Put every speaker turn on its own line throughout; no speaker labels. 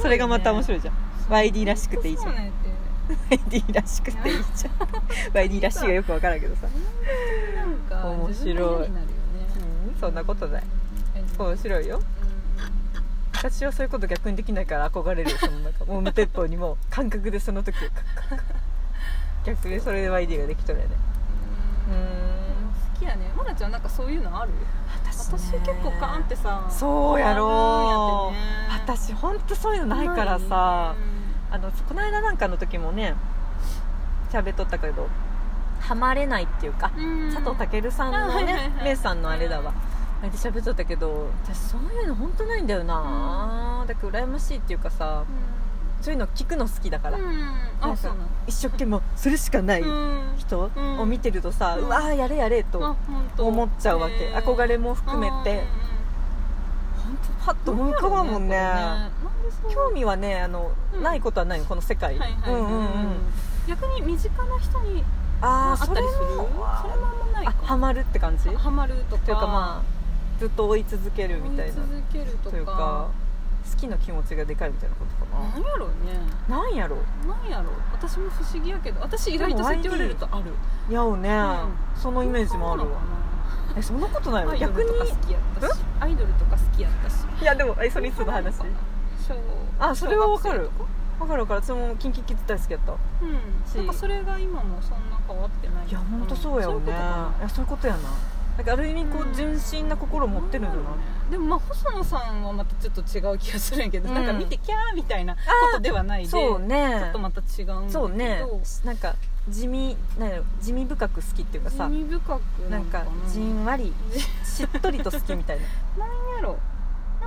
それがまた面白いじゃん YD らしくていいじゃん
そうねっていうね
YD らしくていいじゃん YD らしいがよくわからんけどさ、
なんか
面白い
自分が嫌になるよね
うん、そんなことない
え
面白いよ私はそういうこと逆にできないから憧れるよそのなんかもう無鉄砲にもう感覚でその時をカッカッカッカッ逆にそれで YD ができとるよね
うん
うん
好きやねまなちゃんなんかそういうのある
私
私結構カーンってさ
そうやろ
うやってね
私ほんとそういうのないからさ
う、ん
あのこの間なんかの時もね喋っとったけどハマれないっていうか、
うん
佐藤健さん
あ
の
はいはい
ね
はい
メイさんのあれだわあれで喋っとったけど私そういうの本当ないんだよな、だから羨ましいっていうかさそういうの聞くの好きだから、
うん
なんか
あそうなの
一生懸命それしかない
うん
人
うん
を見てるとさ、う
うん
わーやれやれ
あ
と
本当
思っちゃうわけ、
へー
憧れも含めて本当パッと
うんうんうん
思い浮かばんもんね
なんでそう
興味はねあの、
うん
ないことはないのこの世界、
はいはい
うんうんうん、
逆に身近な人に
あ
あ
あ
った
そ
りす
れ
る
も
それもあんまない
あ
か
ハマるって感じっていう
ハマるとか
かまあずっと追い続けるみたいな
追続けると
という
か
か好きな気持ちがでかいみたいなことか
なんやろうね
な、なんやろ
なんやろう私も不思議やけど私意外とそうやって言われるとある
やおね、
う
そのイメージもある
そうなの
わ
か
えそんなことない
な
わ
アイド
逆
ルと
に
か好きやったしアイドルとか好きやったし
いやでもえそれいつの話
小
あそれはわかる
小学生と
わかるわかるそれもキンキキッズ大好きやった
うんなんかそれが今もそんな変わってない
いや本当そうやよね
ん
いやそういうことやななんかある意味こ
うん
う純真な心を持ってるんだな
でもまあ細野さんはまたちょっと違う気がするんやけど、
うん
なんか見てキャーみたいなことではないで
そう
ちょっ
ね
とまた違うんだけど
そうねなんか地味なんやろ地味深く好きっていうか
地
さ
味深く
な
なんん
か
か
じ
人
んわりしっとりと好きみたいな
何やろ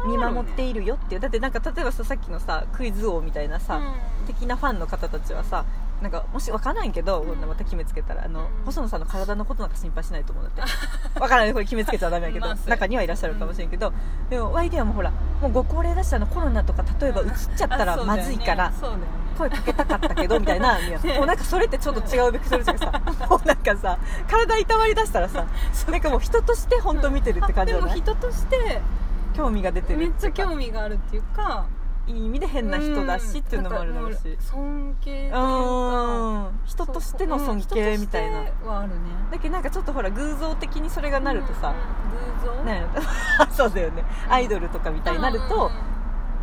見守って
い
いるよっていうだってなんか例えばささっきのさクイズ王みたいなさ、的なファンの方たちはさなんかもし分からんけど、
うん
こんなまた決めつけたらあの、
うん
細野さんの体のことなんか心配しないと思うんだ って分からないこれ決めつけちゃダメやけど、
まあそうや
中にはいらっしゃるかもしれんけど、でもワイデアもほらもうご高齢だしあのコロナとか例えば
う
移
ん
っちゃったらまずいから、
そうだよね
声かけたかったけどみたい なもうなんかそれってちょっと違うべきそれじゃんさもうなんかさ体いたわりだしたら さなんかもう人として本当見てるって感じじゃ
でも
ない
人として
興味が出てる
めっちゃ
ていうか
興味があるっていうか
いい意味で変な人だしっていうのもあるだろうし
んなんかもう尊敬という
う
か
ん人としての尊敬みたいな、
そううん人としてはあるね
だけどなんかちょっとほら偶像的にそれがなるとさ、
うんうん偶像
ね そうだよねアイドルとかみたいになると、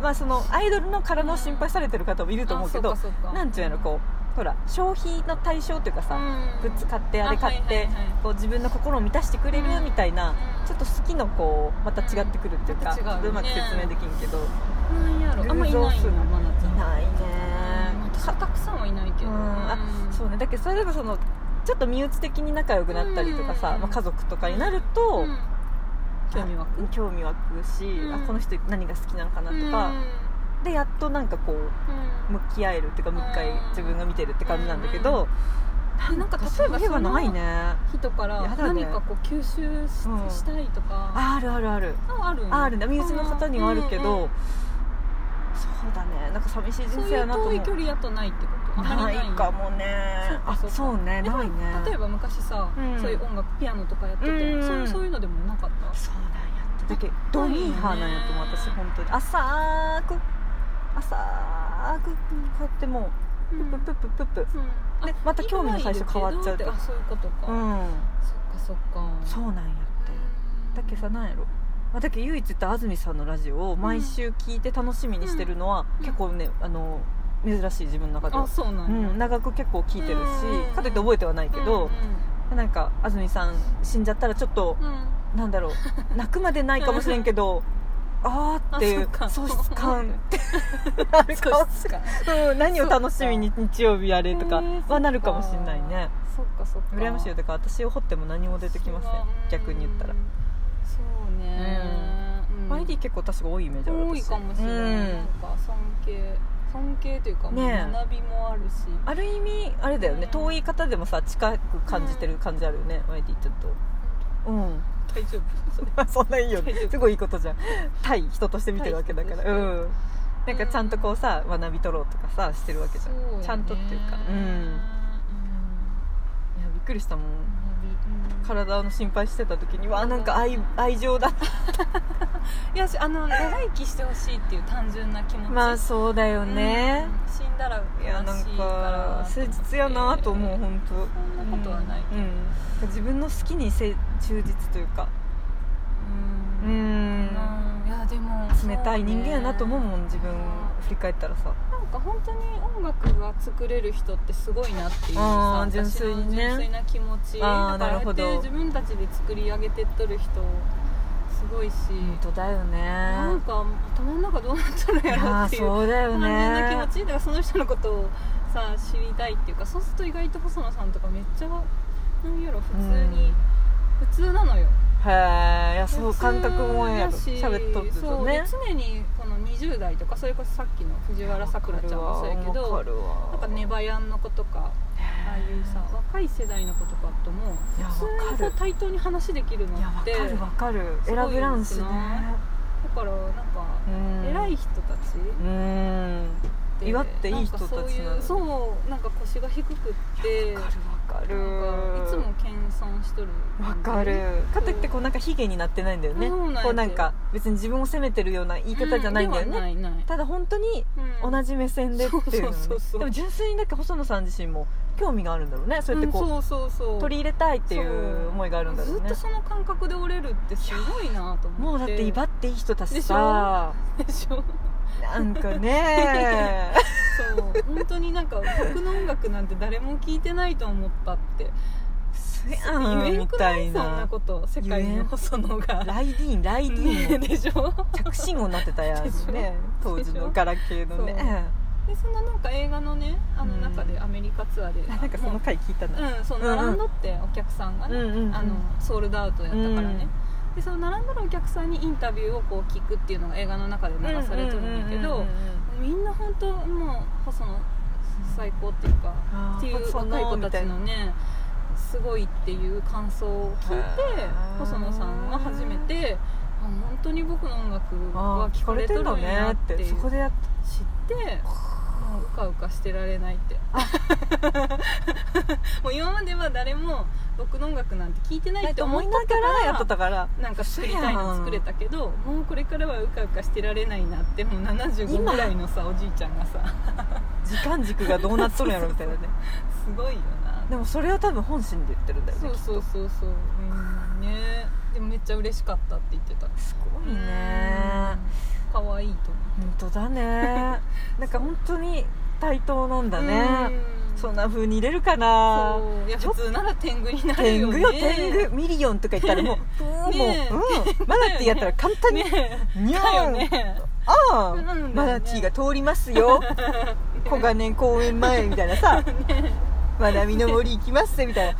まあそのアイドルの体を心配されてる方もいると思うけどなんちゅうのこうほら消費の対象というかさ、グッズ買ってあれ買って、こう自分の心を満たしてくれるみたいな、ちょっと好きのこうまた違ってくるっていうか、
また違うよ
ちょっ
ね
とうまく説明できんけど
となんやろあんまいないよまなちゃん
ないね
うん私はたくさんはいないけど
うんあそうねだけどそれでもそのちょっと身内的に仲良くなったりとかさ、
うん
まあ、家族とかになると、
うん興味湧く
あ興味湧くし、
うん
あこの人何が好きなのかなと
うん
か、でやっとなんかこう
うん
向き合えるっていうかもう一回
うん
自分が見てるって感じなんだけど、
でなんか
例えば
例えば
それが
その
ないね
人から
やだね
何かこう吸収し
うん
したいとか
あるあるある、
ああるよね
あるね身内の方にはあるけ
うんう
ど、
ん
そうだねなんか寂しい人
そう
生
い
や
う
なと思う
遠い距離やとないってことあんま
な
り
いかもね
そうかそうか
あそうね
でも
ないね
例えば昔さ、
うん
そういう音楽ピアノとかやってて、
うん
そうそういうのでもなかった
そうなんやってだけどドミーハーなんやってもう私本当に浅く浅くこうやっても
う
うプップップップップ
ん
で
あ
また興味の最初変わっちゃうと
今はいいけどってあそういうことか、
うん
そっかそっか
そうなんやってだけどさなんやろまあだけど唯一言った安住さんのラジオを毎週聞いて楽しみにしてるのは、
うん
結構ねあの珍しい自分の中で
あ
は、
そうな
うん
や、
ん、長く結構聞いてるし、
うん
かといって覚えてはないけど
うん、
なんか安住さん死んじゃったらちょっと
うんうん
なんだろ う泣くまでないかもしれんけどあーっていう
あそ
喪
っか
失感っ てなるかもし
そっか
れんうん何を楽しみに日曜日やれとか
へーそっか
はなるかもしれないね
そっかそっか
羨ましいよ
で
とか私を掘っても何も出てきません逆に言ったら
そうね、うん
YD 結構私が多いイメージある
多いかもしれない、
うん
なんか尊敬尊敬というか、
ねえ
学びもあるし
ある意味あれだよね
うん
遠い方でもさ近く感じてる感じあるよね YD ちょっとうん
大丈夫
そんないいよね
大丈夫
すごいいいことじゃん対人として見てるわけだから
対
う
人と
んなんかちゃんとこうさ学び取ろうとかさしてるわけじゃん
そうやね
ちゃんとっていうかうん
う
い
ん
やびっくりしたもん
うん
体の心配してた時にわあなんか愛愛情だない
やしあの長生きしてほしいっていう単純な気持 ち
まあそうだよね、
うん死んだら
いやな
悲
ん
しいから
か誠実やなと思う本当
そんなことはない
うんうん、自分の好きにせ忠実というかう
うんうんいやでも
冷たい人間やなと思うもん自分振り返ったらさ
なんか本当に音楽が作れる人ってすごいなっていう
あ
さ
ー純粋にね
私の純粋な気持ち
あー
だから
なるほど
ああやって自分たちで作り上げてっとる人すごいし、
本当だ よ
なん
ね
か頭の中どうなっとるんやろ
あ
っ
あ
ていう
そうだよ
単純な
ね
気持ちだからその人のことをさ知りたいっていうかそうすると意外と細野さんとかめっちゃなんやろ普通に、
うん
普通なのよ
へえいやそう感覚もやろ
普通やし
喋っとるとね
そうで常にこの20代とかそれこそさっきの藤原さくらちゃんもそうやけ
わか
ど
るわ
なんかネバヤンの子とかああいうさ若い世代の子とかとも
いやわ
普通に
か
こう
る
対等に話できるの
いやわ
って
かるわかる
す
選
ごい
ぶらんしね
なだからなんか
うん
偉い人たち
うん
って
祝っていい人たちなのに
なんかそういうそうなんか腰が低くって
わかる
なん
わ
かい
か
つ
る
も謙遜しとる
わかるかといってこうなんか卑下になってないんだよね
そうなんや
こうなんか別に自分を責めてるような言い方じゃないんだよ
うではな
ね、
いない
ただ本当に
うん
同じ目線でっていうのね
そうそうそうそう
でも純粋にだけ細野さん自身も興味があるんだろうねそうやってこう,、
んそうそうそう
取り入れたいっていう思いがあるんだろう
ずっ
ね
とその感覚で折れるってすごいなと思って
もうだって威張っていい人たちさ
でしょ
なんかね
そう本当になんか僕の音楽なんて誰も聞いてないと思ったって
そ
言え
やん
ん
み
くな
た
い
い
そんな
な
こと世界
言え
の
ん
細野が
ライディーンライディー
ね
ン
でしょ
着信音になってたやん
でしょ
ね当時のガラケーの
でし
ね
でそのなんか映画のねあの中でアメリカツアーで、
あなんかその回聞いたな、
うんそう並んどってお客さんがね、
うんうんうん
あのソールドアウトやったからね、でその並んどるお客さんにインタビューをこう聞くっていうのが映画の中で流されてるんやけど、みんな本当もう細野最高っていうか、
あー
っていう
細野
若い子た
みた
ち
いな
のねすごいっていう感想を聞いて
へー
細野さんは初めてあ本当に僕の音楽
あ
は
ー聞
聞か
か
れ
れ
て
て
る
ん
ん
だ
や
ね
っ
ってて
いう
そ
知っ
こでやって
てもううかうかしてられないって もう今までは誰も僕の音楽なんて聞いてないって
思
思っ
い
た
なが
から
らやっとったから
なんか作りたいの作れたけどもうこれからはうかうかしてられないなってもう75
今
ぐらいのさおじいちゃんがさ
時間軸がどうなっとるんやろみたいなね
すごいよな
でもそれは多分本心で言ってるんだよね
そうそうそうそううんねでもめっちゃ嬉しかったって言ってた
すごいね
かわいいと
本
思
当だね なんか本当に対等なんだ
う
ね
うん
そんな風に入れるかな
そういや
ちょ
普通なら天狗になる
天
よね
狗よ天狗ミリオンとか言ったらもうブーもう
ねえ
うんマナティーやったら簡単に
ね
ニャ
だよ
ーン
ね
ああ、
なんだよね
マナティーが通ります よ小金公園前みたいなさまなみの森行きますってみたいな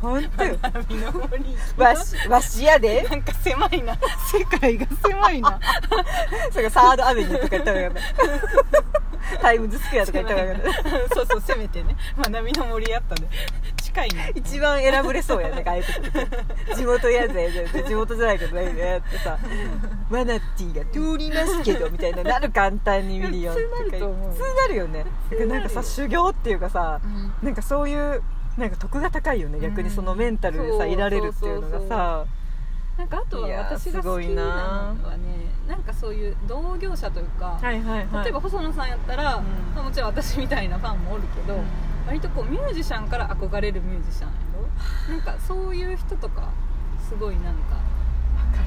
本当よ
波の森
わしわしやで
なんか狭いな
世界が狭いな それがサードアベニューとか言ったらよか ったタイムズスクエアとか言ったらよかった
そうそうせめてねまあ波の森やったで近いな
一番選ぶれそうやね外国って地元やぜ地元じゃないけどねやってさマナティーが通りますけどみたいななる簡単にミリオンとか
普通なると思う
普通なるよね
通なるよ
なんかさ修行っていうかさ
うん
なんかそういうなんか得が高いよね逆にそのメンタルで
う
さ
ん
いられるっていうのが
そうそう
さ
なんかあとはい
やー
私が
すご
好
い
き
な
なのはねなんかそういう同業者というか、
いはい
例えば細野さんやったら、
うん
まあもちろん私みたいなファンもおるけど、割とこうミュージシャンから憧れるミュージシャンや ろなんかそういう人とかすごいなんか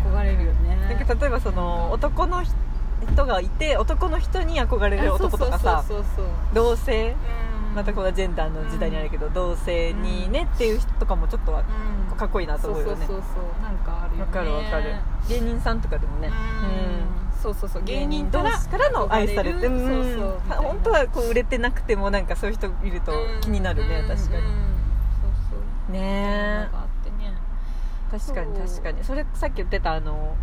憧れるよね
なんか例えばその男の人がいて男の人に憧れる男とかさ
そうそうそうそう
同性
うん
またこのジェンダーの時代にあるけど同性にねっていう人とかもちょっとは
うん
かっこいいなと思うよね
そうそうそうそうなんかあるよね
わかるわかる芸人さんとかでもねうん
うんそうそうそう芸人から
芸同士からの愛されて
憧
うん
るそうそう
本当はこう売れてなくてもなんかそういう人いると気になるね
う
確
ん
か
うんそうそう
に
な
ね
んかあってね
確かに
そう
確かにそれさっき言ってたあの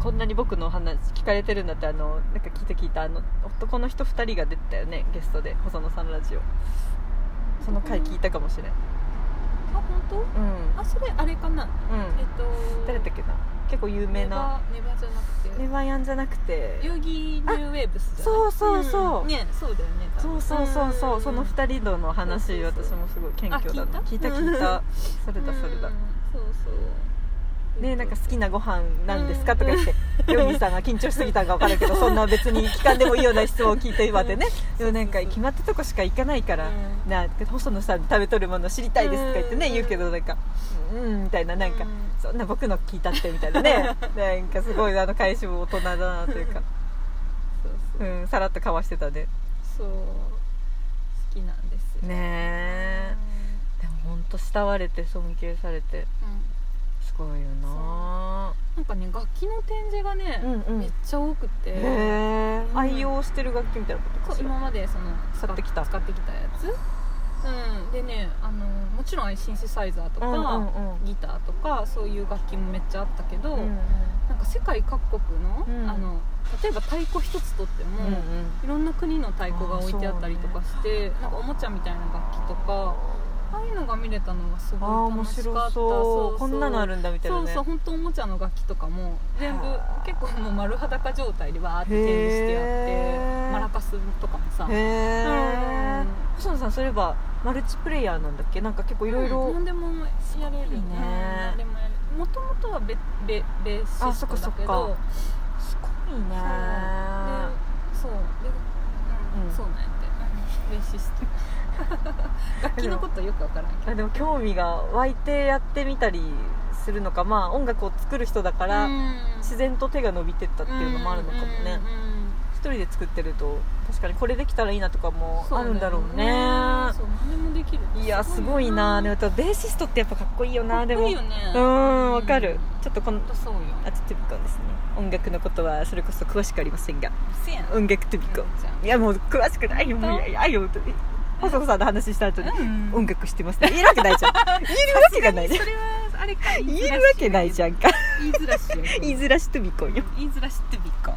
こんなに僕の話聞かれてるんだってあのなんか聞いた聞いたあの男の人2人が出てたよねゲストで細野さんのラジオその回聞いたかもしれん
あ本
うん
当あそれあれかな
うん
えっと
誰だっけな結構有名な
ネバネバじゃなくて
ネバヤンじゃなくて
ヨギニューウェーブスじゃない
そうそうそう、
んねそうだよね多
そ
分
うそうそうそ
ん
うその二人との話
そうそうそう
私もすごい謙虚だな
あ聞
聞
い
い
た
た聞いたそれだそれだ
うんそうそう
ねなんか好きなご飯なんですかとか言ってヨギさんが緊張しすぎたんか分からんけどそんな別に聞かんでもいいような質問を聞いて今でね
うん
4年間決まったとこしか行かないから
う
な細野さん食べとるもの知りたいですとか言ってね
うん
言うけどなんかうんみたいななんか
うん
そんな僕の聞いたってみたいな ねなんかすごいあの返しも大人だなというか
そうそう
うんさらっとかわしてたね
そう好きなんですよ
ねえでも本当慕われて尊敬されて
うん
すごいよな
なんかね楽器の展示がね、
うんうん
めっちゃ多くて、
へえ
うん
愛用してる楽器みたいなこと
そ
か
う
しら
今までその
使ってきた
使ってきたやつ、うん、でねあのもちろんああいうシンセサイザーとか、
うん
ギターとかそういう楽器もめっちゃあったけど、
うんうんうん
なんか世界各国の,、
うん
あの例えば太鼓一つとっても、
うん
いろんな国の太鼓が置いてあったりとかして、なんかおもちゃみたいな楽器とかああいうのが見れたのがす
あ
ご
あ
い
面
楽しか
白
った
そうこんなのあるんだみたいな
そう
ね
そう本当おもちゃの楽器とかも全部
はあ
結構もう丸裸状態でわーって展示してあっ
へ
て
ー
マラカスとかもさ
へ
う
え
ん
細野さんそういえばマルチプレイヤーなんだっけなんか結構いろい
うん
ろ
何でもやれる
いいね
うん何でもやれるもともとはベベベーシ
あ
ス
そっ
ト
か
だ
そっ
け
か
ど
すごいね
そうでそうでうん、
うん
そうなんやってうんベーシス ト楽器のことよくわからんけど
あでも興味が湧いてやってみたりするのかまあ音楽を作る人だから、
うん
自然と手が伸びてったっていうのもあるのかもね、
うんうんうん
一人で作ってると確かにこれできたらいいなとかも
そ
あるんだろうね
そう何でもできる
いやすごいなでもベーシストってやっぱかっこいいよなで
かっ
も
こいいよね
うんわかるちょっとこの
ほんとそうよ
あちょっとトゥビコですね音楽のことはそれこそ詳しくありませんが
せやん
音楽トゥビコいやもう詳しくないよもういやいやいや細子さんの話した後に
うん
音楽してますね言えるわけないじゃん 言えるわけがないじゃん
それはあれか
言えるわけないじゃ
ん
んか
言いづらしよ
言いづらしとびこよ
言いづらしってびっか